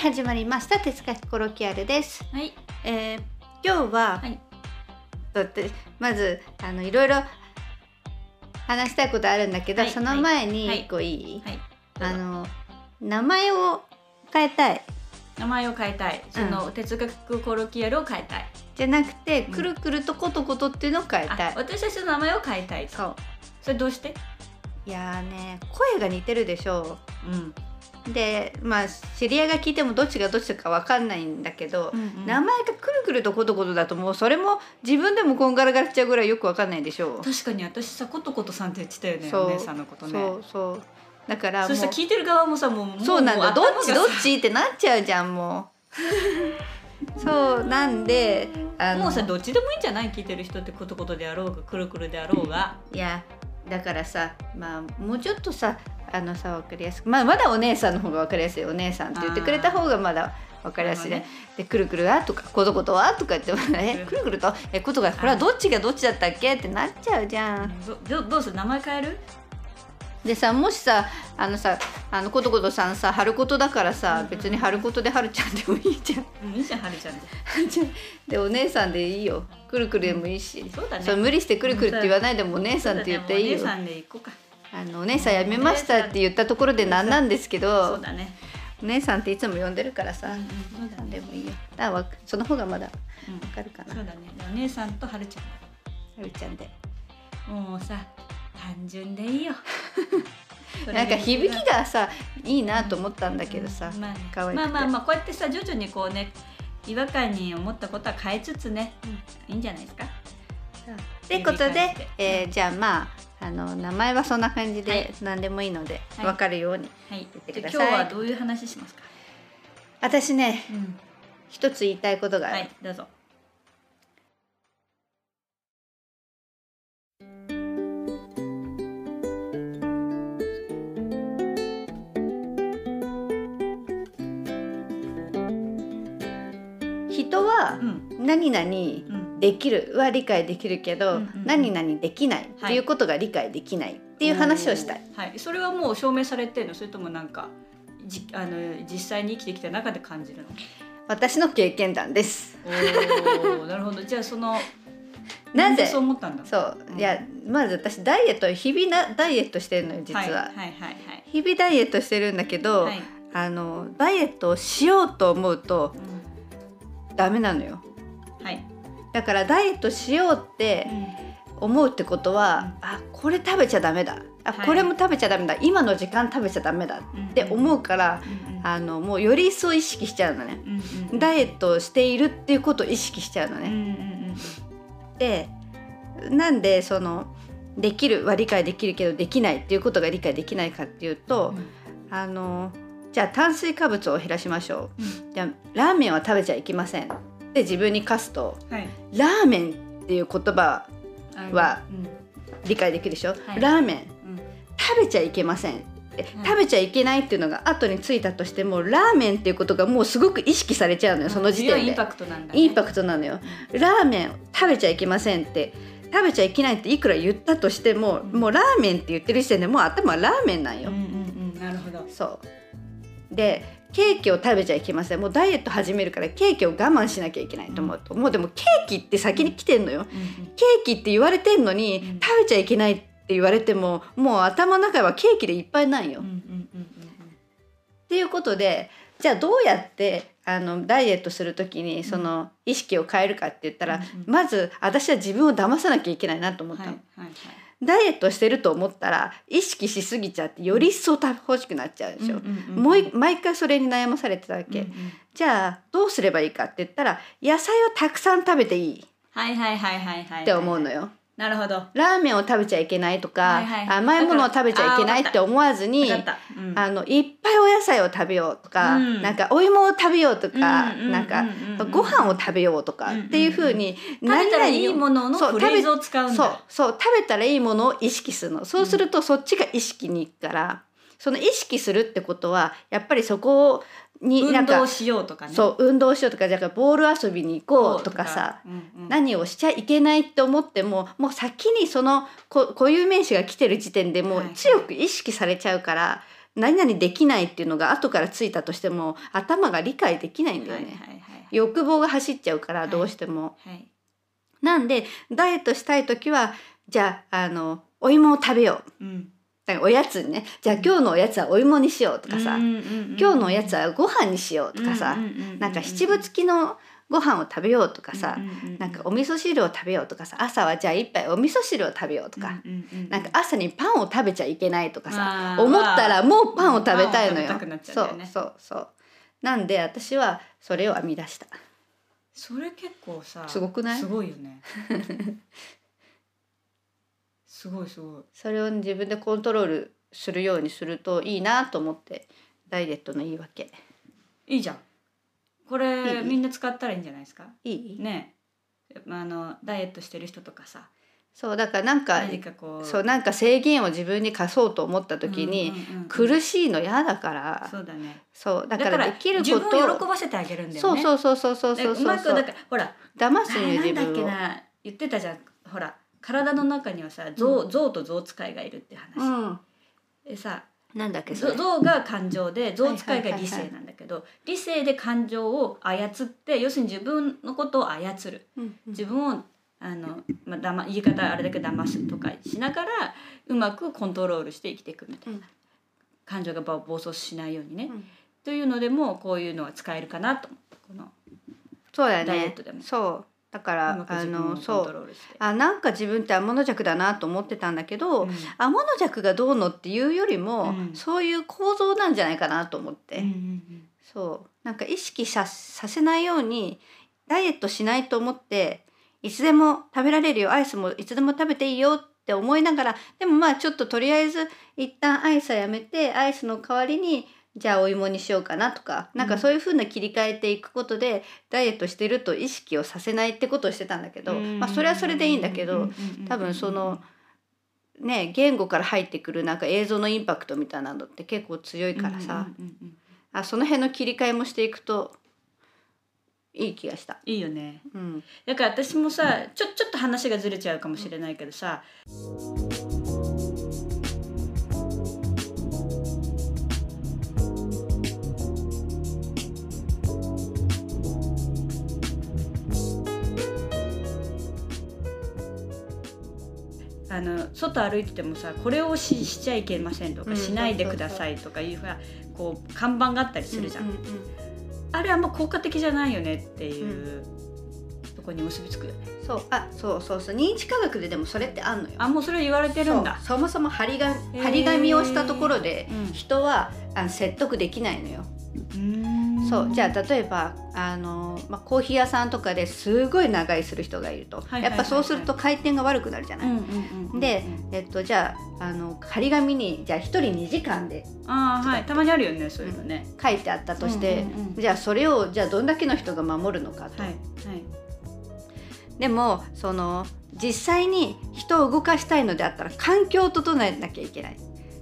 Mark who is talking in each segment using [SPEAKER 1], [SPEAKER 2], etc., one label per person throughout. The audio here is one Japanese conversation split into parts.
[SPEAKER 1] 始まりました手塚ヒコロキアルです、
[SPEAKER 2] はい。
[SPEAKER 1] えー今日は、
[SPEAKER 2] はい
[SPEAKER 1] だってまずあのいろいろ話したいことあるんだけど、
[SPEAKER 2] はい
[SPEAKER 1] その前に
[SPEAKER 2] はい
[SPEAKER 1] 一個いい、
[SPEAKER 2] はい。
[SPEAKER 1] あの名前を変えたい
[SPEAKER 2] 名前を変えたい。その、哲学コロキアルを変えたい。
[SPEAKER 1] じゃなくて、
[SPEAKER 2] うん
[SPEAKER 1] くるくるとことことっていうのを変えた
[SPEAKER 2] あ
[SPEAKER 1] い、
[SPEAKER 2] 私たちの名前を変えたい。そ
[SPEAKER 1] そう
[SPEAKER 2] れどうして？
[SPEAKER 1] いやーね声が似てるでしょ
[SPEAKER 2] う
[SPEAKER 1] う
[SPEAKER 2] ん。
[SPEAKER 1] でまあ知り合いが聞いてもどっちがどっちだかわかんないんだけど、
[SPEAKER 2] うん
[SPEAKER 1] 名前がくるくるとことことだともうそれも自分でもこんがらがっちゃうぐらいよくわかんないでしょう。
[SPEAKER 2] 確かに私さことことさんって言ってたよね。
[SPEAKER 1] そう
[SPEAKER 2] お姉さんのことね。
[SPEAKER 1] そうそうだから
[SPEAKER 2] そ
[SPEAKER 1] もう
[SPEAKER 2] したら聞いてる側もさもうも
[SPEAKER 1] そうなん
[SPEAKER 2] も
[SPEAKER 1] だど
[SPEAKER 2] 頭
[SPEAKER 1] っ
[SPEAKER 2] が
[SPEAKER 1] ち
[SPEAKER 2] さ
[SPEAKER 1] どっちってなっちゃうじゃんも う。そうなんであの
[SPEAKER 2] もうさどっちでもいいんじゃない聞いてる人ってことことであろうがくるくるであろうが。
[SPEAKER 1] いやだからさまあもうちょっとさあのさわかりやすくまあまだお姉さんの方がわかりやすいお姉さんって言ってくれた方がまだわかりやすいね。でくるくるはとかことことはとか言ってもねえくるくるとえことがこれはどっちがどっちだったっけってなっちゃうじゃん。
[SPEAKER 2] どどどうする名前変える？
[SPEAKER 1] でさもしさあのさあのことことさんさ春ことだからさ、
[SPEAKER 2] うん
[SPEAKER 1] 別に春ことで春ちゃんでもいいじゃ ん
[SPEAKER 2] うんいいじゃんはるちゃんで。
[SPEAKER 1] でお姉さんでいいよくるくるでもいいし、
[SPEAKER 2] そうだね。
[SPEAKER 1] そう無理してくるくるって言わないでもお姉さんって言っていいよ
[SPEAKER 2] そうだねもうお姉さんで行こうか。
[SPEAKER 1] あのお姉さんやめましたって言ったところでなんなんですけ
[SPEAKER 2] そう
[SPEAKER 1] ど
[SPEAKER 2] だね。
[SPEAKER 1] お姉さんっていつも呼んでるからさ、
[SPEAKER 2] うんうんそうだ
[SPEAKER 1] なん
[SPEAKER 2] ね。
[SPEAKER 1] でもいいよだからわその方がまだわ
[SPEAKER 2] うん
[SPEAKER 1] かるかな
[SPEAKER 2] そうだね。でお姉さんとはるちゃん。
[SPEAKER 1] 春ちゃんで
[SPEAKER 2] もうさ単純で いいよ
[SPEAKER 1] なんか響きがさいいなと思ったんだけどさ、
[SPEAKER 2] まあね
[SPEAKER 1] 可愛く
[SPEAKER 2] まあ
[SPEAKER 1] て
[SPEAKER 2] まあまあこうやってさ徐々にこうね違和感に思ったことは変えつつね、いいんじゃないですか
[SPEAKER 1] ということで
[SPEAKER 2] 指さして、
[SPEAKER 1] えーじゃあまああの名前はそんな感じ
[SPEAKER 2] は
[SPEAKER 1] で
[SPEAKER 2] い
[SPEAKER 1] 何でもいいので
[SPEAKER 2] はい
[SPEAKER 1] 分かるように、
[SPEAKER 2] はい
[SPEAKER 1] 言って
[SPEAKER 2] じ
[SPEAKER 1] く
[SPEAKER 2] ゃ
[SPEAKER 1] ださい
[SPEAKER 2] あ今日はどういう話しますか、
[SPEAKER 1] 私ね
[SPEAKER 2] うん、
[SPEAKER 1] 一つ言いたいことがある、
[SPEAKER 2] はいどうぞ
[SPEAKER 1] 人は
[SPEAKER 2] うん
[SPEAKER 1] 何々
[SPEAKER 2] うん
[SPEAKER 1] できるは理解できるけど、
[SPEAKER 2] うんうんうん
[SPEAKER 1] 何々できないっていうことが理解できないっていう話をしたい、
[SPEAKER 2] おーはいそれはもう証明されてるのそれともなんかじあの実際に生きてきた中で感じるの
[SPEAKER 1] 私の経験談です
[SPEAKER 2] おーなるほどじゃあその
[SPEAKER 1] なぜ
[SPEAKER 2] そう思ったんだ
[SPEAKER 1] そう、
[SPEAKER 2] うん
[SPEAKER 1] いやまず私ダイエット日々なダイエットしてるのよ実は、
[SPEAKER 2] はいはいはいはい
[SPEAKER 1] 日々ダイエットしてるんだけど、
[SPEAKER 2] はい、
[SPEAKER 1] あのダイエットをしようと思うと
[SPEAKER 2] う
[SPEAKER 1] ダメなのよ
[SPEAKER 2] ん、はい
[SPEAKER 1] だからダイエットしようって思うってことは、あこれ食べちゃダメだあ
[SPEAKER 2] はい
[SPEAKER 1] これも食べちゃダメだ、今の時間食べちゃダメだって思
[SPEAKER 2] う
[SPEAKER 1] うから、あのもうより一層意識しちゃうのねダイ
[SPEAKER 2] イ
[SPEAKER 1] エットをしているっていうことを意識しちゃうのね、でなんでそのできるは理解できるけどできないっていうことが理解できないかっていうと、あのじゃあ炭水化物を減らしましょうじゃあラーメンは食べちゃいけませんって自分に課すとラーメンっていう言葉は理解できるでしょ、
[SPEAKER 2] はい
[SPEAKER 1] ラーメン、
[SPEAKER 2] ん
[SPEAKER 1] 食べちゃいけませんって
[SPEAKER 2] うん
[SPEAKER 1] 食べちゃいけないっていうのが後についたとしてもラーメンっていうことがもうすごく意識されちゃうのよその時点で、
[SPEAKER 2] インパクトなんだ
[SPEAKER 1] インパクトなのよラーメン食べちゃいけませんって食べちゃいけないっていくら言ったとしても、
[SPEAKER 2] うん
[SPEAKER 1] もうラーメンって言ってる時点でもう頭はラーメンなんよ、
[SPEAKER 2] なるほど
[SPEAKER 1] そうでケーキを食べちゃいけませんもうダイエット始めるからケーキを我慢しなきゃいけないと思うと、もうでもケーキって先に来てんのよケーキって言われてんのに、
[SPEAKER 2] うん
[SPEAKER 1] 食べちゃいけないって言われてももう頭の中はケーキでいっぱいなんよ。っていうことでじゃあどうやってあのダイエットする時にその意識を変えるかって言ったら、
[SPEAKER 2] うん
[SPEAKER 1] まず私は自分を騙さなきゃいけないなと思ったの、ダイエットしてると思ったら意識しすぎちゃってより一層欲しくなっちゃうでしょ、もうい毎回それに悩まされてたわけ、じゃあどうすればいいかって言ったら野菜をたくさん食べていい
[SPEAKER 2] はいはいはいはいはい
[SPEAKER 1] って思うのよ、
[SPEAKER 2] なるほど
[SPEAKER 1] ラーメンを食べちゃいけないとか、
[SPEAKER 2] はいはい
[SPEAKER 1] 甘いものを食べちゃいけないって思わずに
[SPEAKER 2] 分かった
[SPEAKER 1] あのいっぱいお野菜を食べようとか、
[SPEAKER 2] うん
[SPEAKER 1] なんかお芋を食べようとか、なんかご飯
[SPEAKER 2] を
[SPEAKER 1] を食べようとか、
[SPEAKER 2] うん
[SPEAKER 1] っていうふうに
[SPEAKER 2] 食べたらいい
[SPEAKER 1] を
[SPEAKER 2] もののフレーズを使うん
[SPEAKER 1] そう
[SPEAKER 2] だ
[SPEAKER 1] そう食べたらいいものを意識するのそうするとそっちが意識に行くからその意識するってことはやっぱりそこにな
[SPEAKER 2] 運
[SPEAKER 1] んか
[SPEAKER 2] 動しようとかね
[SPEAKER 1] そう運動しようとかじゃあボール遊びに行こうとかさ何をしちゃいけないって思ってももう先にそのこ固有名詞が来てる時点でもう
[SPEAKER 2] はい
[SPEAKER 1] 強く意識されちゃうから、何々できないっていうのが後からついたとしても頭が理解できないんだよね、
[SPEAKER 2] はいはい
[SPEAKER 1] 欲望が走っちゃうからどうしても、
[SPEAKER 2] はい
[SPEAKER 1] なんでダイエットしたい時はじゃああのお芋を食べよう
[SPEAKER 2] うん
[SPEAKER 1] だからおやつにねじゃあ今日のおやつはお芋にしようとかさ、
[SPEAKER 2] うんうんうんうん
[SPEAKER 1] 今日のおやつはご飯にしようとかさ、
[SPEAKER 2] うううう
[SPEAKER 1] なんか七分付きのご飯を食べようとかさ、
[SPEAKER 2] ううう
[SPEAKER 1] なんかお味噌汁を食べようとかさ朝はじゃあ一杯お味噌汁を食べようとか、
[SPEAKER 2] うんうんう
[SPEAKER 1] なんか朝にパンを食べちゃいけないとかさ、
[SPEAKER 2] あー
[SPEAKER 1] 思ったらもうパンを食べたいのよ
[SPEAKER 2] パンを食べたくなっちゃ
[SPEAKER 1] そ
[SPEAKER 2] うんだよ
[SPEAKER 1] う
[SPEAKER 2] ね
[SPEAKER 1] そうそうなんで私はそれを編み出した
[SPEAKER 2] それ結構さ
[SPEAKER 1] すごくない
[SPEAKER 2] すごいよ ねすごいすごい
[SPEAKER 1] それを自分でコントロールするようにするといいなと思ってダイエットの言い訳
[SPEAKER 2] いいじゃんこ
[SPEAKER 1] いいい
[SPEAKER 2] れ
[SPEAKER 1] い
[SPEAKER 2] みんな使ったらいいんじゃないですか
[SPEAKER 1] いい、
[SPEAKER 2] ねまああのダイエットしてる人とかさ
[SPEAKER 1] そうだからなんか
[SPEAKER 2] 何かこう
[SPEAKER 1] そうなんか制限を自分に課そうと思った時に、
[SPEAKER 2] うんうんうん
[SPEAKER 1] 苦しいの嫌だから
[SPEAKER 2] そうだね
[SPEAKER 1] そうだ
[SPEAKER 2] だ
[SPEAKER 1] か
[SPEAKER 2] からら
[SPEAKER 1] できるこ
[SPEAKER 2] 自分を喜
[SPEAKER 1] と
[SPEAKER 2] ばせてあげるんだ
[SPEAKER 1] そ
[SPEAKER 2] よ
[SPEAKER 1] う
[SPEAKER 2] ね
[SPEAKER 1] そうそうそうそうそう
[SPEAKER 2] でう
[SPEAKER 1] そう
[SPEAKER 2] まく
[SPEAKER 1] そ
[SPEAKER 2] だ
[SPEAKER 1] う
[SPEAKER 2] からほら
[SPEAKER 1] 騙す
[SPEAKER 2] あ
[SPEAKER 1] の
[SPEAKER 2] れ
[SPEAKER 1] よ自
[SPEAKER 2] なんだっけ
[SPEAKER 1] 分を
[SPEAKER 2] な言ってたじゃんほら体の中にはさ象象と象使いがいるって
[SPEAKER 1] う
[SPEAKER 2] 話、
[SPEAKER 1] ん
[SPEAKER 2] でさ
[SPEAKER 1] なんだっけそれ
[SPEAKER 2] 象象が感情で象使い
[SPEAKER 1] はいはいはいは
[SPEAKER 2] が
[SPEAKER 1] い
[SPEAKER 2] 理性なんだけど、理性で感情を操って要するに自分のことを操る
[SPEAKER 1] うんうん
[SPEAKER 2] 自分をあの、まあ、だま言い方あれだけど騙すとかしながらうまくコントロールして生きていくみたいな、
[SPEAKER 1] うん
[SPEAKER 2] 感情が暴走しないようにね、
[SPEAKER 1] うん
[SPEAKER 2] というのでもこういうのは使えるかなと思ってこの
[SPEAKER 1] そうだよ
[SPEAKER 2] ダイエッ
[SPEAKER 1] ね
[SPEAKER 2] トでも
[SPEAKER 1] そうだか
[SPEAKER 2] う
[SPEAKER 1] ら
[SPEAKER 2] まく
[SPEAKER 1] あ
[SPEAKER 2] 自分を
[SPEAKER 1] の
[SPEAKER 2] コ
[SPEAKER 1] そ
[SPEAKER 2] ント
[SPEAKER 1] う
[SPEAKER 2] ロールして。
[SPEAKER 1] あなんか自分って天の弱だなと思ってたんだけど、
[SPEAKER 2] うん
[SPEAKER 1] 天の弱がどうのっていうよりも、
[SPEAKER 2] うん
[SPEAKER 1] そういう構造なんじゃないかなと思って、
[SPEAKER 2] うんうん
[SPEAKER 1] そうなんか意識ささせないようにダイエットしないと思っていつでも食べられるよアイスもいつでも食べていいよって思いながらでもまあちょっととりあえず一旦アイスはやめてアイスの代わりにじゃあお芋にしようかなとかなんかそういう風な切り替えていくことで、ダイエットしてると意識をさせないってことをしてたんだけど、
[SPEAKER 2] うん
[SPEAKER 1] まあ、それはそれでいいんだけど、
[SPEAKER 2] うんうんうんうん
[SPEAKER 1] 多分そのね言語から入ってくるなんか映像のインパクトみたいなのって結構強いからさ、
[SPEAKER 2] うんうんうんうん
[SPEAKER 1] あその辺の切り替えもしていくといい気がした。
[SPEAKER 2] いいよね
[SPEAKER 1] うん、
[SPEAKER 2] だから私もさちょちょっと話がずれちゃうかもしれないけどさ、あの外歩いててもさこれをししちゃいけませんとか、
[SPEAKER 1] うん
[SPEAKER 2] しないでくださいとかいうふうなこう看板があったりするじゃん、あれあんま効果的じゃないよねっていう、とこに結びつくよね
[SPEAKER 1] そうあそうそうそう認知科学ででもそれってあんのよ。
[SPEAKER 2] あもうそれ言われてるんだ
[SPEAKER 1] そうそもそも張りが
[SPEAKER 2] へー
[SPEAKER 1] 張り紙をしたところで
[SPEAKER 2] うん
[SPEAKER 1] 人はあの説得できないのよ。そうじゃあ例えばあの、まあ、コーヒー屋さんとかですごい長居する人がいると、
[SPEAKER 2] いはいはいはい
[SPEAKER 1] やっぱそうすると回転が悪くなるじゃない。で、えっと、じゃああの張り紙にじゃあ1人2時間で
[SPEAKER 2] ああはいたまにあるよねそういうのね、
[SPEAKER 1] 書いてあったとして、
[SPEAKER 2] うんうんうん
[SPEAKER 1] じゃあそれをじゃあどんだけの人が守るのかと、
[SPEAKER 2] はいはい
[SPEAKER 1] でもその実際に人を動かしたいのであったら環境を整えなきゃいけない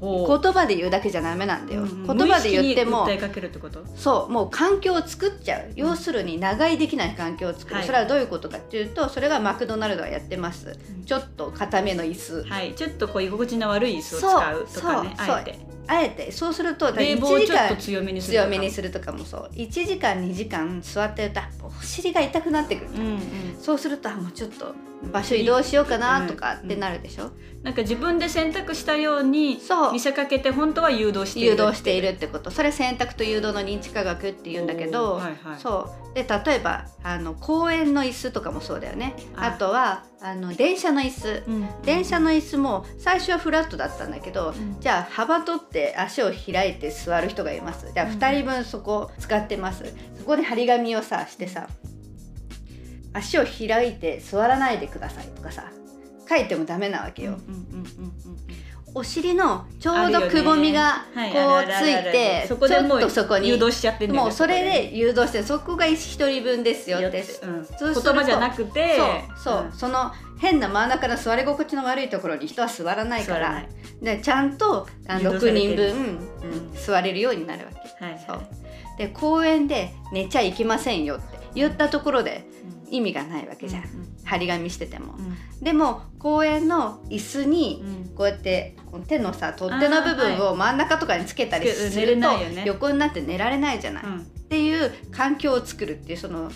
[SPEAKER 2] こ
[SPEAKER 1] 言葉で言うだけじゃダメなんだよ、
[SPEAKER 2] うん
[SPEAKER 1] 言葉で言って
[SPEAKER 2] 無
[SPEAKER 1] も
[SPEAKER 2] 意識に訴えかけるってこと
[SPEAKER 1] そうもう環境を作っちゃう要するに長居できない環境を作る、
[SPEAKER 2] はい
[SPEAKER 1] それはどういうことかっていうとそれがマクドナルドはやってますちょっと硬めの椅子、
[SPEAKER 2] はいちょっとこう居心地の悪い椅子を使うとかね
[SPEAKER 1] そうそう
[SPEAKER 2] あえて
[SPEAKER 1] あえてそうするとだから
[SPEAKER 2] 冷
[SPEAKER 1] 1
[SPEAKER 2] 房を
[SPEAKER 1] 時
[SPEAKER 2] ちょっと
[SPEAKER 1] 間
[SPEAKER 2] 強めにする
[SPEAKER 1] 強
[SPEAKER 2] とか
[SPEAKER 1] めにするとかもそう1時間2時間座ってるとあお尻が痛くなってくる
[SPEAKER 2] うんうん
[SPEAKER 1] そうするとあもうちょっと場所移動しようかなとかってなるでしょ、
[SPEAKER 2] なんか自分で選択したように
[SPEAKER 1] そう
[SPEAKER 2] 見せかけて本当は誘導してい
[SPEAKER 1] 誘
[SPEAKER 2] る
[SPEAKER 1] 導しているってことそれ選択と誘導の認知科学っていうんだけど、
[SPEAKER 2] おーはいはい
[SPEAKER 1] そうで例えばあの公園の椅子とかもそうだよね
[SPEAKER 2] あ
[SPEAKER 1] あとはあの電車の椅子、
[SPEAKER 2] うん
[SPEAKER 1] 電車の椅子も最初はフラットだったんだけど、
[SPEAKER 2] ん
[SPEAKER 1] じゃあ幅取って足を開いて座る人がいますじゃあ2人分そこ使ってます、そこに張り紙をさしてさ足を開いて座らないでくださいとかさ書いてもダメなわけよ、
[SPEAKER 2] うんうんうんうんうん
[SPEAKER 1] お尻のちょうどくぼみがこ
[SPEAKER 2] あるよ
[SPEAKER 1] う
[SPEAKER 2] ねはい
[SPEAKER 1] つ
[SPEAKER 2] ある
[SPEAKER 1] い
[SPEAKER 2] あるあ
[SPEAKER 1] て
[SPEAKER 2] る
[SPEAKER 1] ちょ
[SPEAKER 2] そ
[SPEAKER 1] っ
[SPEAKER 2] こでもう
[SPEAKER 1] とそこに
[SPEAKER 2] 誘導しちゃってんだよね
[SPEAKER 1] もうそれで誘導してそこが一人分ですよって
[SPEAKER 2] そこでね
[SPEAKER 1] そうす
[SPEAKER 2] 言
[SPEAKER 1] ると
[SPEAKER 2] 葉じゃなくて
[SPEAKER 1] そうそう、その変な真ん中の座り心地の悪いところに人は座らないか
[SPEAKER 2] 座らな
[SPEAKER 1] ら
[SPEAKER 2] い
[SPEAKER 1] でちゃんとあ
[SPEAKER 2] 誘
[SPEAKER 1] の
[SPEAKER 2] 導さ
[SPEAKER 1] 6
[SPEAKER 2] れて
[SPEAKER 1] 人
[SPEAKER 2] る
[SPEAKER 1] 分、うん座れるようになるわけ
[SPEAKER 2] はいはい
[SPEAKER 1] そうで公園で寝ちゃいけませんよって言ったところで
[SPEAKER 2] うん
[SPEAKER 1] 意味がないわけじゃん、
[SPEAKER 2] うん
[SPEAKER 1] 張り紙してても。でも公園の椅子にこうやってこの手のさ取っ手の部分を真ん中とかにつけたり
[SPEAKER 2] つけうん
[SPEAKER 1] す
[SPEAKER 2] 寝れ
[SPEAKER 1] ると
[SPEAKER 2] ないよね
[SPEAKER 1] 横になって寝られないじゃない。っていう環境を作るっていうその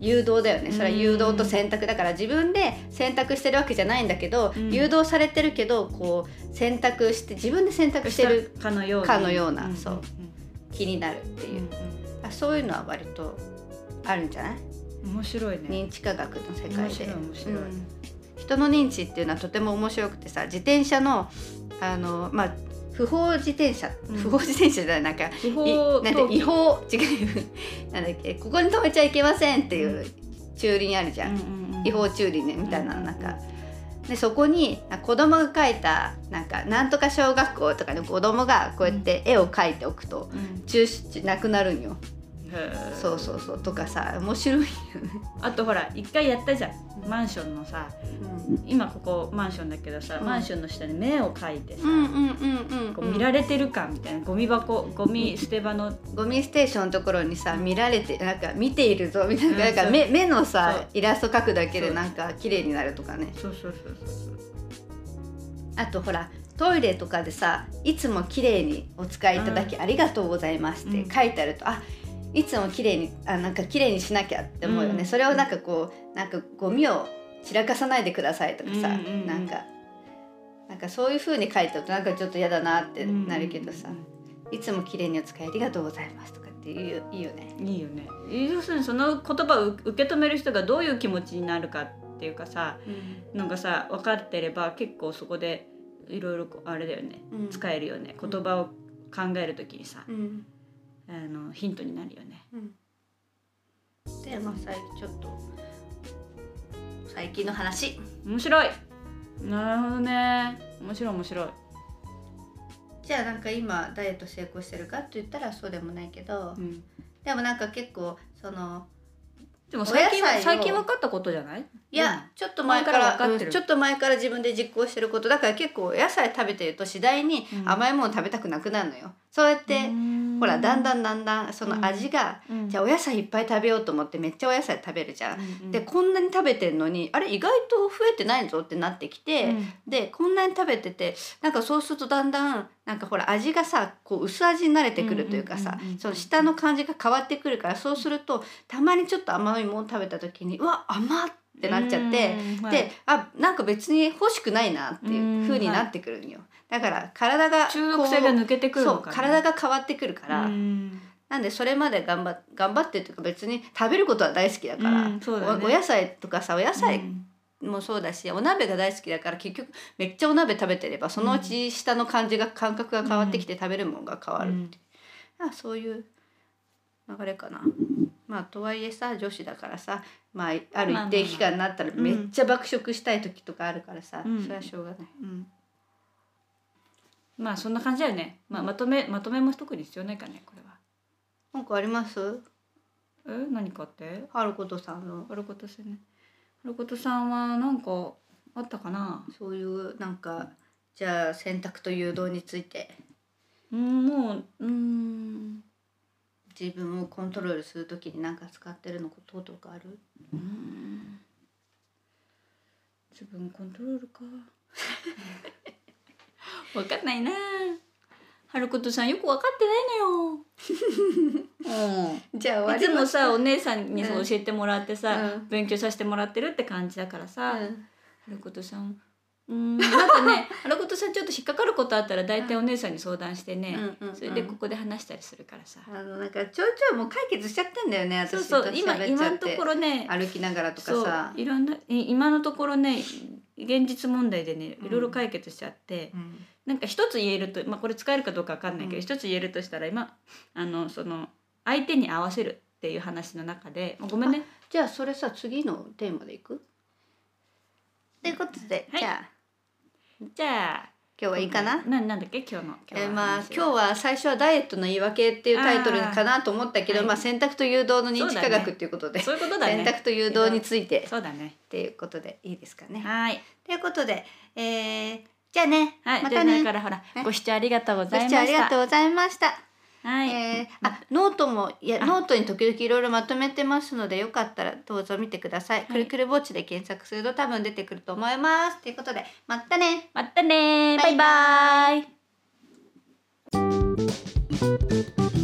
[SPEAKER 1] 誘導だよねそれは誘導と選択だから自分で選択してるわけじゃないんだけど、
[SPEAKER 2] うん
[SPEAKER 1] 誘導されてるけどこう選択して自分で選択してる
[SPEAKER 2] かのように
[SPEAKER 1] かのような
[SPEAKER 2] うん
[SPEAKER 1] そう気になるって
[SPEAKER 2] うん
[SPEAKER 1] いうう、
[SPEAKER 2] ん
[SPEAKER 1] あそういうのは割とあるんじゃない、
[SPEAKER 2] うん面白いね
[SPEAKER 1] 認知科学の世界
[SPEAKER 2] 面
[SPEAKER 1] で
[SPEAKER 2] 白い。面白い
[SPEAKER 1] うん人の認知っていうのはとても面白くてさ自転車のあの、まあ、不法自転車、
[SPEAKER 2] うん
[SPEAKER 1] 不法自転車じゃないなんか
[SPEAKER 2] 違
[SPEAKER 1] い
[SPEAKER 2] 法
[SPEAKER 1] なん
[SPEAKER 2] 投
[SPEAKER 1] て
[SPEAKER 2] 棄
[SPEAKER 1] 違法違うなんだっけここに止めちゃいけませんっていう
[SPEAKER 2] う
[SPEAKER 1] 駐輪あるじゃん、
[SPEAKER 2] うんうんうん
[SPEAKER 1] 違法駐輪ねみたいな
[SPEAKER 2] うん
[SPEAKER 1] なんか、でそこになんか子供が描いたなんかなんとか小学校とかの子供がこうやって絵を描いておくと
[SPEAKER 2] うん
[SPEAKER 1] 中止なくなるんよ、
[SPEAKER 2] へー
[SPEAKER 1] そうそうそうとかさ面白いよね、
[SPEAKER 2] あとほら一回やったじゃんマンションのさ今ここマンションだけどさ、
[SPEAKER 1] うん
[SPEAKER 2] マンションの下に目を描いてさ、
[SPEAKER 1] うん、うんうんうん
[SPEAKER 2] こ
[SPEAKER 1] う
[SPEAKER 2] うん見られてるかみたいなゴミ箱ゴミ捨て場の
[SPEAKER 1] ゴミステーションのところにさ見られてなんか見ているぞみたいな,、
[SPEAKER 2] うん
[SPEAKER 1] なんか目目の
[SPEAKER 2] そう
[SPEAKER 1] さイラスト描くだけで
[SPEAKER 2] そう
[SPEAKER 1] なんか綺麗になるとかね
[SPEAKER 2] そうそうそうそう
[SPEAKER 1] あとほらトイレとかでさ「いつも綺麗にお使いいただきありがとうございます」って
[SPEAKER 2] うん
[SPEAKER 1] 書いてあると、あいつも綺麗にあなんか綺麗にしなきゃって思うよね、
[SPEAKER 2] うん
[SPEAKER 1] それをなんかこうなんかゴミを散らかさないでくださいとかさ、
[SPEAKER 2] うんうんうん
[SPEAKER 1] なんかなんかそういう風に書いてあるとなんかちょっと嫌だなってなるけどさ「いつも綺麗にお使いありがとうございます」とかって言ういいよね。
[SPEAKER 2] いいよね要するにその言葉を受け止める人がどういう気持ちになるかっていうかさなんかさ分かってれば結構そこでいろいろあれだよね
[SPEAKER 1] うん
[SPEAKER 2] 使えるよね言葉を考えるときにさ、
[SPEAKER 1] うん
[SPEAKER 2] あのヒントになるよね。
[SPEAKER 1] うんでまあ最近ちょっと最近の話
[SPEAKER 2] 面白いなるほどね面白い面白い。
[SPEAKER 1] じゃあなんか今ダイエット成功してるかって言ったらそうでもないけど、
[SPEAKER 2] うん
[SPEAKER 1] でもなんか結構その
[SPEAKER 2] でも最近
[SPEAKER 1] お野菜
[SPEAKER 2] は
[SPEAKER 1] を
[SPEAKER 2] 最近分かったことじゃない
[SPEAKER 1] いや、ちょっと前から
[SPEAKER 2] 前から分かってる
[SPEAKER 1] うんちょっと前から自分で実行してることだから結構お野菜食べてると次第に
[SPEAKER 2] うん
[SPEAKER 1] 甘いもの食べたくなくなるのよ、そうやって、ほらだんだ
[SPEAKER 2] ん、
[SPEAKER 1] んだんだんそ
[SPEAKER 2] うん
[SPEAKER 1] の味が、
[SPEAKER 2] うん
[SPEAKER 1] じゃあお野菜いっぱい食べようと思ってめっちゃお野菜食べるじゃん、でこんなに食べてんのにあれ意外と増えてないぞってなってきて、でこんなに食べててなんかそうするとだんだんなんかほら味がさこう薄味に慣れてくるというかさ、
[SPEAKER 2] うんうんうんうん
[SPEAKER 1] その下の感じが変わってくるからそうするとたまにちょっと甘いもの食べた時にうわ甘っってなっちゃって、で、あなんか別に欲しくないなっていう風になってくるんよ、だから体が
[SPEAKER 2] 中毒性が抜けてくる
[SPEAKER 1] そ
[SPEAKER 2] の
[SPEAKER 1] う
[SPEAKER 2] か
[SPEAKER 1] 体が変わってくるから、なんでそれまで頑張頑張ってるというか別に食べることは大好きだから、
[SPEAKER 2] うんそうだよね
[SPEAKER 1] おお野菜とかさお野菜もそうだしお鍋が大好きだから結局めっちゃお鍋食べてればそのうち下の感じが感覚が変わってきて食べるものが変わる、あそういう流れかな。まあとはいえさ女子だからさ、まあ、ある一定期間になったら
[SPEAKER 2] まあま
[SPEAKER 1] め
[SPEAKER 2] あ
[SPEAKER 1] っちゃ爆食したい時とかあるからさ、
[SPEAKER 2] うん
[SPEAKER 1] それはしょうがない。
[SPEAKER 2] まあそんな感じだよね、まあ、まとめまとめも特に必要ないかねこれは。
[SPEAKER 1] なんかあります
[SPEAKER 2] え何かって
[SPEAKER 1] あることさんの
[SPEAKER 2] 春ことさんね春ことさんはなんかあったかな
[SPEAKER 1] そういうなんかじゃあ選択と誘導について
[SPEAKER 2] うんもううん
[SPEAKER 1] 自分をコントロールする時に何か使ってるのこととかある
[SPEAKER 2] うん自分コントロールか わかんないな春子とさんよくわかってないのよ、
[SPEAKER 1] じゃあ
[SPEAKER 2] うん、いつもさお姉さんにそう
[SPEAKER 1] うん
[SPEAKER 2] 教えてもらってさ、
[SPEAKER 1] うん
[SPEAKER 2] 勉強させてもらってるって感じだからさ、
[SPEAKER 1] うん
[SPEAKER 2] 春子とさんうんなんかね 春子とさんちょっと引っかかることあったら大体お姉さんに相談してね、
[SPEAKER 1] うんうんうん
[SPEAKER 2] それでここで話したりするからさ、
[SPEAKER 1] あのなんかちょいちょいもう解決しちゃってんだよね私
[SPEAKER 2] そうそう今
[SPEAKER 1] 喋っちゃって
[SPEAKER 2] 今のところね
[SPEAKER 1] 歩きながらとか
[SPEAKER 2] そう
[SPEAKER 1] さ
[SPEAKER 2] いろんない今のところね現実問題でね
[SPEAKER 1] うん
[SPEAKER 2] いろいろ解決しちゃって、
[SPEAKER 1] うん
[SPEAKER 2] なんか一つ言えると、まあ、これ使えるかどうかわかんないけど、
[SPEAKER 1] うん
[SPEAKER 2] 一つ言えるとしたら今あのその相手に合わせるっていう話の中でもうごめんね
[SPEAKER 1] じゃあそれさ次のテーマでいくということで、
[SPEAKER 2] はい
[SPEAKER 1] じゃあ
[SPEAKER 2] じゃあ
[SPEAKER 1] 今日はいいかな、
[SPEAKER 2] ななんだっけ今日の
[SPEAKER 1] えー
[SPEAKER 2] の
[SPEAKER 1] まあ、
[SPEAKER 2] 話
[SPEAKER 1] 今日は最初は「ダイエットの言い訳」っていうタイトルかなと思ったけど
[SPEAKER 2] あー
[SPEAKER 1] まあ、選択と誘導の認
[SPEAKER 2] そう
[SPEAKER 1] 知
[SPEAKER 2] だ
[SPEAKER 1] 科
[SPEAKER 2] ね
[SPEAKER 1] 学っていうことで、
[SPEAKER 2] そういうことだ
[SPEAKER 1] 選
[SPEAKER 2] ね
[SPEAKER 1] 択と誘導について
[SPEAKER 2] そうだね
[SPEAKER 1] っていうことでいいですかね。
[SPEAKER 2] はい
[SPEAKER 1] ということで、えーじゃあね、
[SPEAKER 2] はい、
[SPEAKER 1] ま
[SPEAKER 2] じゃ
[SPEAKER 1] た
[SPEAKER 2] あだ
[SPEAKER 1] ね
[SPEAKER 2] からほら
[SPEAKER 1] ね
[SPEAKER 2] ご視聴ありがとうご
[SPEAKER 1] ご
[SPEAKER 2] ざいま
[SPEAKER 1] 視聴
[SPEAKER 2] した
[SPEAKER 1] ありがとうございました。
[SPEAKER 2] はい、
[SPEAKER 1] えーあノートもいや
[SPEAKER 2] あ
[SPEAKER 1] ノートに時々いろいろまとめてますのでよかったらどうぞ見てください、
[SPEAKER 2] い
[SPEAKER 1] くるくるぼっちで検索すると多分出てくると思いますということでまたね
[SPEAKER 2] またねーバイバイ